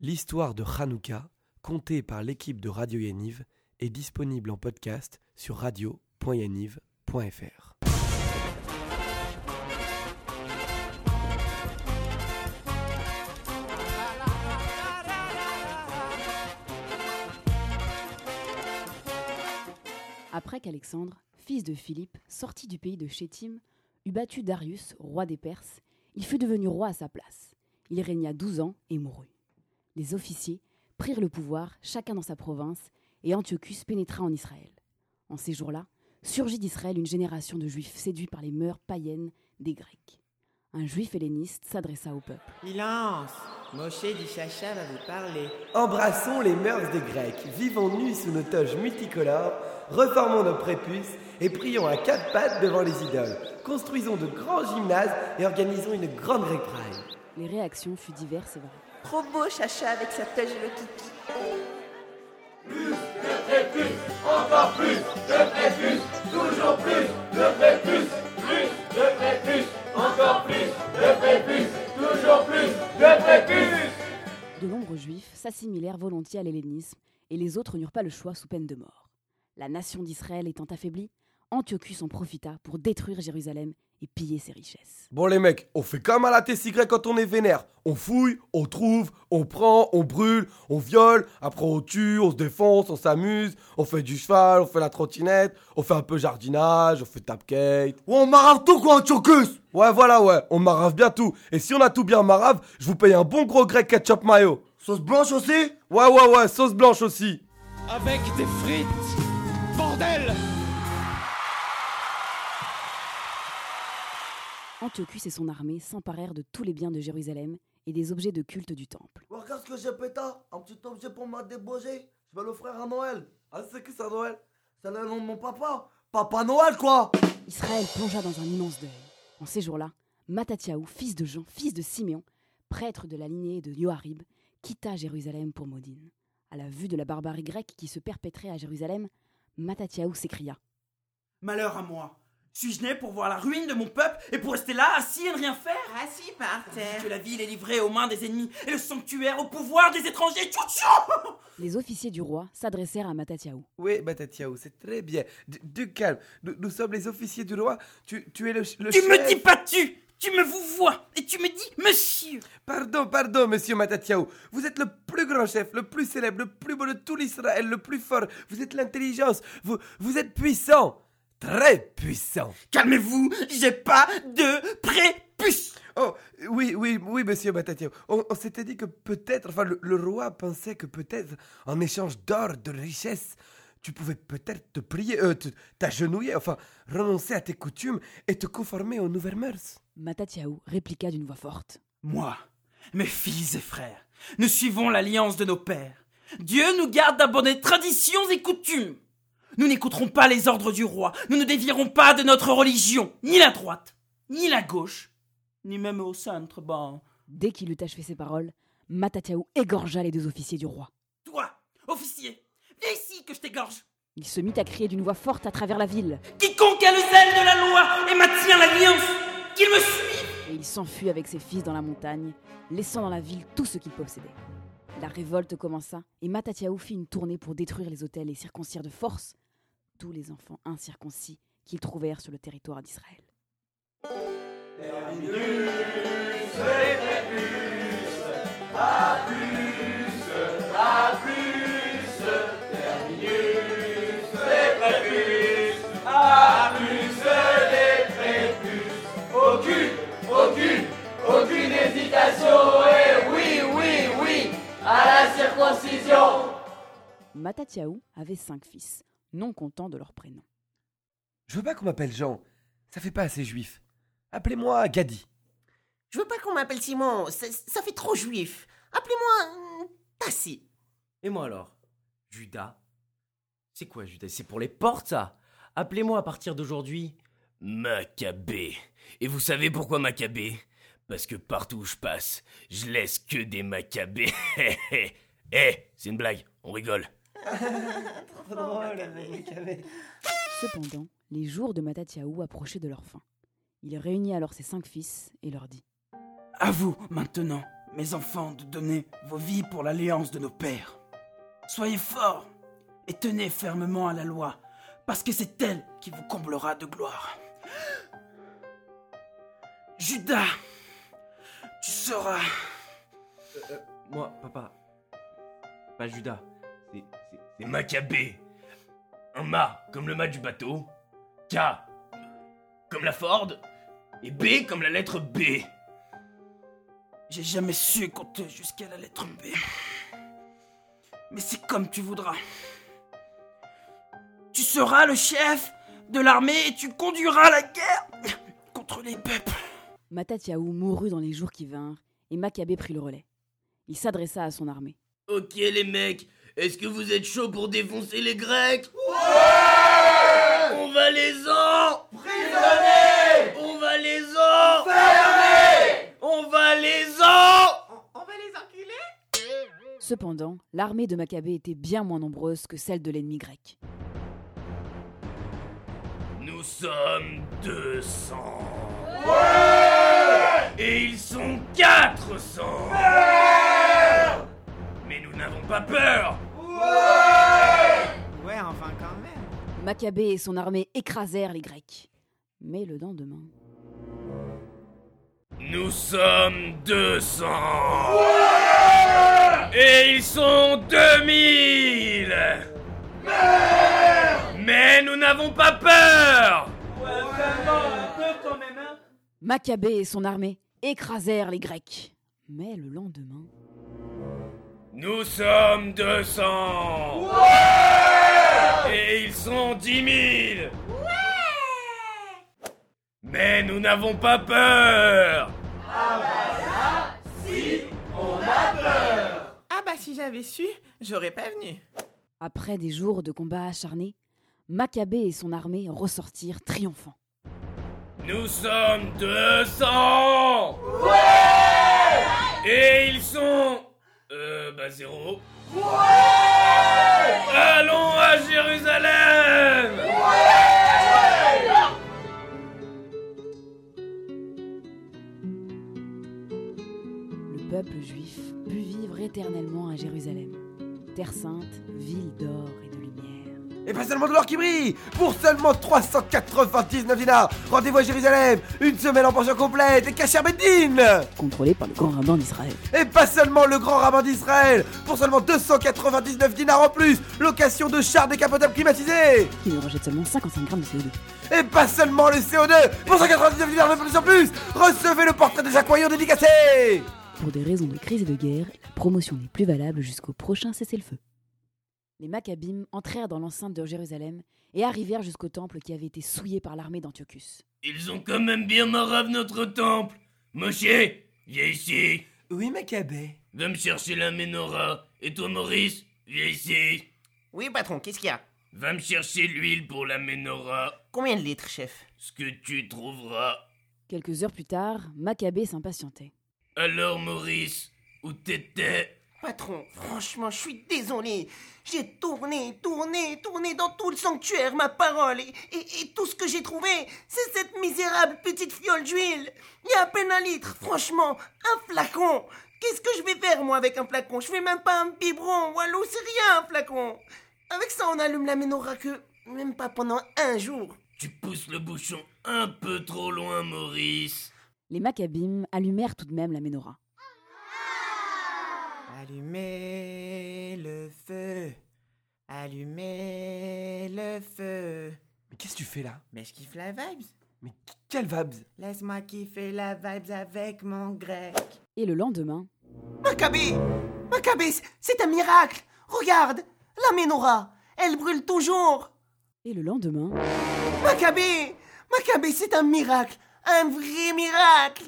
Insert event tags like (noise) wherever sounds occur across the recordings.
L'histoire de Hanouka, contée par l'équipe de Radio Yaniv, est disponible en podcast sur radio.yaniv.fr. Après qu'Alexandre, fils de Philippe, sorti du pays de Chétim, eut battu Darius, roi des Perses, il fut devenu roi à sa place. Il régna douze ans et mourut. Les officiers prirent le pouvoir, chacun dans sa province, et Antiochus pénétra en Israël. En ces jours-là, surgit d'Israël une génération de juifs séduits par les mœurs païennes des Grecs. Un juif helléniste s'adressa au peuple. Silence Moshe Dishacha va vous parler. Embrassons les mœurs des Grecs, vivons nus sous nos toges multicolores, reformons nos prépuces et prions à quatre pattes devant les idoles. Construisons de grands gymnases et organisons une grande répraille. Les réactions furent diverses et variées. Trop beau Chacha avec sa tâche et le kiki. De nombreux juifs s'assimilèrent volontiers à l'hellénisme et les autres n'eurent pas le choix sous peine de mort. La nation d'Israël étant affaiblie, Antiochus en profita pour détruire Jérusalem et piller ses richesses. Bon les mecs, on fait comme à la TCY quand on est vénère. On fouille, on trouve, on prend, on brûle, on viole, après on tue, on se défonce, on s'amuse, on fait du cheval, on fait la trottinette, on fait un peu jardinage, on fait tapkate. Ouais, on marave tout quoi, Antiochus Ouais voilà ouais, on marave bien tout. Et si on a tout bien marave, je vous paye un bon gros grec ketchup mayo. Sauce blanche aussi Ouais ouais ouais, sauce blanche aussi. avec des frites. Bordel Antiochus et son armée s'emparèrent de tous les biens de Jérusalem et des objets de culte du temple. Ouais, regarde ce que j'ai péta, un petit objet pour ma débauchée. Je vais l'offrir à Noël. Ah c'est qui ça Noël C'est le nom de mon papa. Papa Noël quoi Israël plongea dans un immense deuil. En ces jours-là, Matatiahu, fils de Jean, fils de Siméon, prêtre de la lignée de Joarib, quitta Jérusalem pour Modine. À la vue de la barbarie grecque qui se perpétrait à Jérusalem, Matatiahu s'écria. Malheur à moi Suis-je né pour voir la ruine de mon peuple et pour rester là, assis et ne rien faire Assis par Que terre. la ville est livrée aux mains des ennemis et le sanctuaire au pouvoir des étrangers Tchou-tchou Les officiers du roi s'adressèrent à Matatiahu. Oui, Matatiaou, c'est très bien. Du, du calme, nous, nous sommes les officiers du roi. Tu, tu es le, ch- le Tu chef. me dis pas tu Tu me vous vois et tu me dis monsieur Pardon, pardon, monsieur Matatiaou. Vous êtes le plus grand chef, le plus célèbre, le plus beau de tout l'Israël, le plus fort. Vous êtes l'intelligence. Vous, vous êtes puissant. Très puissant. Calmez-vous, j'ai pas de prépuce Oh, oui, oui, oui, monsieur Matatiaou. On, on s'était dit que peut-être, enfin, le, le roi pensait que peut-être, en échange d'or, de richesse, tu pouvais peut-être te prier, euh, te- t'agenouiller, enfin, renoncer à tes coutumes et te conformer aux nouvelles mœurs. Matatiahu répliqua d'une voix forte. Moi, mes fils et frères, nous suivons l'alliance de nos pères. Dieu nous garde d'abandonner traditions et coutumes. Nous n'écouterons pas les ordres du roi, nous ne dévierons pas de notre religion, ni la droite, ni la gauche, ni même au centre, ben. Dès qu'il eut achevé ses paroles, Matatiahu égorgea les deux officiers du roi. Toi, officier, viens ici que je t'égorge. Il se mit à crier d'une voix forte à travers la ville, Quiconque a le zèle de la loi et maintient l'alliance, qu'il me suive. et il s'enfuit avec ses fils dans la montagne, laissant dans la ville tout ce qu'il possédait. La révolte commença, et Matatiahu fit une tournée pour détruire les hôtels et circoncire de force tous les enfants incirconcis qu'ils trouvèrent sur le territoire d'Israël. Matatiahu avait cinq fils, non contents de leur prénom. Je veux pas qu'on m'appelle Jean. Ça fait pas assez juif. Appelez-moi Gadi. Je veux pas qu'on m'appelle Simon, ça, ça fait trop juif. Appelez-moi hum, Tassi. Et moi alors Judas C'est quoi Judas C'est pour les portes ça Appelez-moi à partir d'aujourd'hui Maccabée. Et vous savez pourquoi Maccabée Parce que partout où je passe, je laisse que des (laughs) Maccabées. Hé hé Hé, c'est une blague, on rigole. Cependant, les jours de Matatiahu approchaient de leur fin. Il réunit alors ses cinq fils et leur dit À vous maintenant, mes enfants, de donner vos vies pour l'alliance de nos pères. Soyez forts et tenez fermement à la loi, parce que c'est elle qui vous comblera de gloire. Judas, tu seras... Moi, papa. Pas Judas. C'est. C'est, c'est Maccabée. Un mât, comme le mât du bateau. K, comme la Ford. Et B, comme la lettre B. J'ai jamais su compter jusqu'à la lettre B. Mais c'est comme tu voudras. Tu seras le chef de l'armée et tu conduiras la guerre contre les peuples. Matatiahu mourut dans les jours qui vinrent, et Maccabée prit le relais. Il s'adressa à son armée. Ok, les mecs. Est-ce que vous êtes chaud pour défoncer les Grecs On va les en Prisonniers On va les en Fermer On va les en On va les enculer Cependant, l'armée de Maccabée était bien moins nombreuse que celle de l'ennemi grec. Nous sommes 200 Et ils sont 400 Mais nous n'avons pas peur Ouais, enfin quand même. Maccabée et son armée écrasèrent les Grecs. Mais le lendemain. Nous sommes 200 Et ils sont 2000 Mais nous n'avons pas peur Maccabée et son armée écrasèrent les Grecs. Mais le lendemain. Nous sommes 200 Et ils sont 10 000 Mais nous n'avons pas peur Ah bah si j'avais su, j'aurais pas venu. Après des jours de combats acharnés, Maccabée et son armée ressortirent triomphants. Nous sommes 200 Et ils sont... Euh, bah zéro. Allons à Jérusalem Le peuple juif put vivre éternellement à Jérusalem, terre sainte, ville d'or et de lumière. Et pas seulement de l'or qui brille Pour seulement 399 dinars Rendez-vous à Jérusalem Une semaine en pension complète et cachère Bedin Contrôlé par le grand rabbin d'Israël. Et pas seulement le grand rabbin d'Israël Pour seulement 299 dinars en plus Location de chars décapotables climatisés qui ne rejette seulement 55 grammes de CO2. Et pas seulement le CO2 Pour 199 dinars de plus en plus Recevez le portrait des aquariums dédicacé Pour des raisons de crise et de guerre, la promotion n'est plus valable jusqu'au prochain cessez-le-feu. Les Maccabim entrèrent dans l'enceinte de Jérusalem et arrivèrent jusqu'au temple qui avait été souillé par l'armée d'Antiochus. Ils ont quand même bien marave notre temple Moshe, viens ici Oui, Maccabée Va me chercher la menorah. Et toi, Maurice, viens ici Oui patron, qu'est-ce qu'il y a Va me chercher l'huile pour la menorah. Combien de litres, chef Ce que tu trouveras. Quelques heures plus tard, Maccabée s'impatientait. Alors, Maurice, où t'étais Patron, franchement, je suis désolé. J'ai tourné, tourné, tourné dans tout le sanctuaire, ma parole. Et, et- et tout ce que j'ai trouvé, c'est cette misérable petite fiole d'huile. Il y a à peine un litre, franchement, un flacon. Qu'est-ce que je vais faire, moi, avec un flacon Je fais même pas un biberon, ou alors c'est rien, un flacon. Avec ça, on allume la menorah que même pas pendant un jour. Tu pousses le bouchon un peu trop loin, Maurice. Les Maccabim allumèrent tout de même la menorah. Allumez le feu. Allumez le feu. Mais qu'est-ce que tu fais là Mais je kiffe la vibes. Mais quelle vibes Laisse-moi kiffer la vibes avec mon grec. Et le lendemain, Maccabée Maccabée, c'est- c'est un miracle Regarde La menorah, elle brûle toujours et le lendemain, Maccabée Maccabée, c'est un miracle Un vrai miracle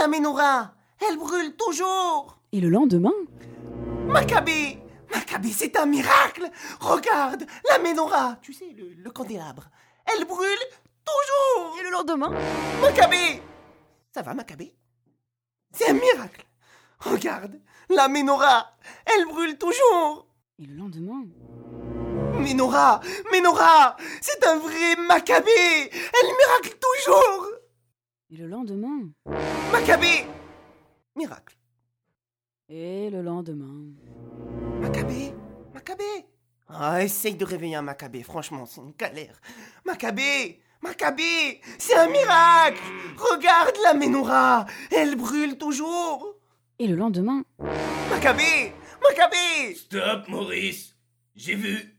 La menorah, elle brûle toujours et le lendemain, Maccabée Maccabée, c'est un miracle Regarde La menorah Tu sais, le, le candélabre, elle brûle toujours et le lendemain, Maccabée Ça va, Maccabée C'est un miracle Regarde La menorah, elle brûle toujours et le lendemain, Mais Nora, mais Nora, c'est un vrai Maccabée Elle miracle toujours et le lendemain. Maccabée Miracle. Et le lendemain. Maccabée Maccabée Ah, essaye de réveiller un Maccabée, franchement, c'est une galère. Maccabée Maccabée C'est un miracle Regarde la Ménora Elle brûle toujours Et le lendemain. Maccabée Maccabée Stop, Maurice J'ai vu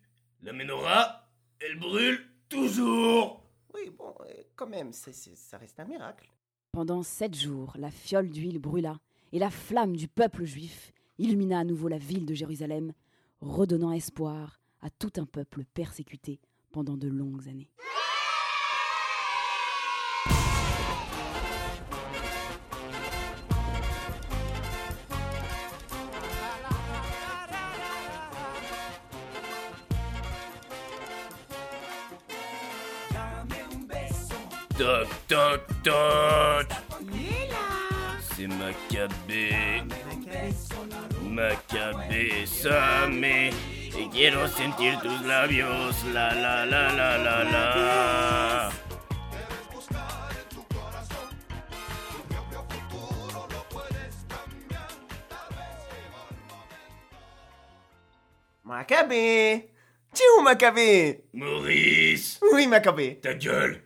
La menorah, elle brûle toujours Oui, bon, euh, quand même, c'est- c'est- ça reste un miracle. Pendant sept jours, la fiole d'huile brûla, et la flamme du peuple juif illumina à nouveau la ville de Jérusalem, redonnant espoir à tout un peuple persécuté pendant de longues années. Toc, toc, toc C'est Maccabée Maccabée, Samé Et quiero sentir tus labios La la la la la la Maccabée Tu es où, Maccabée Maurice Oui, Maccabée Ta gueule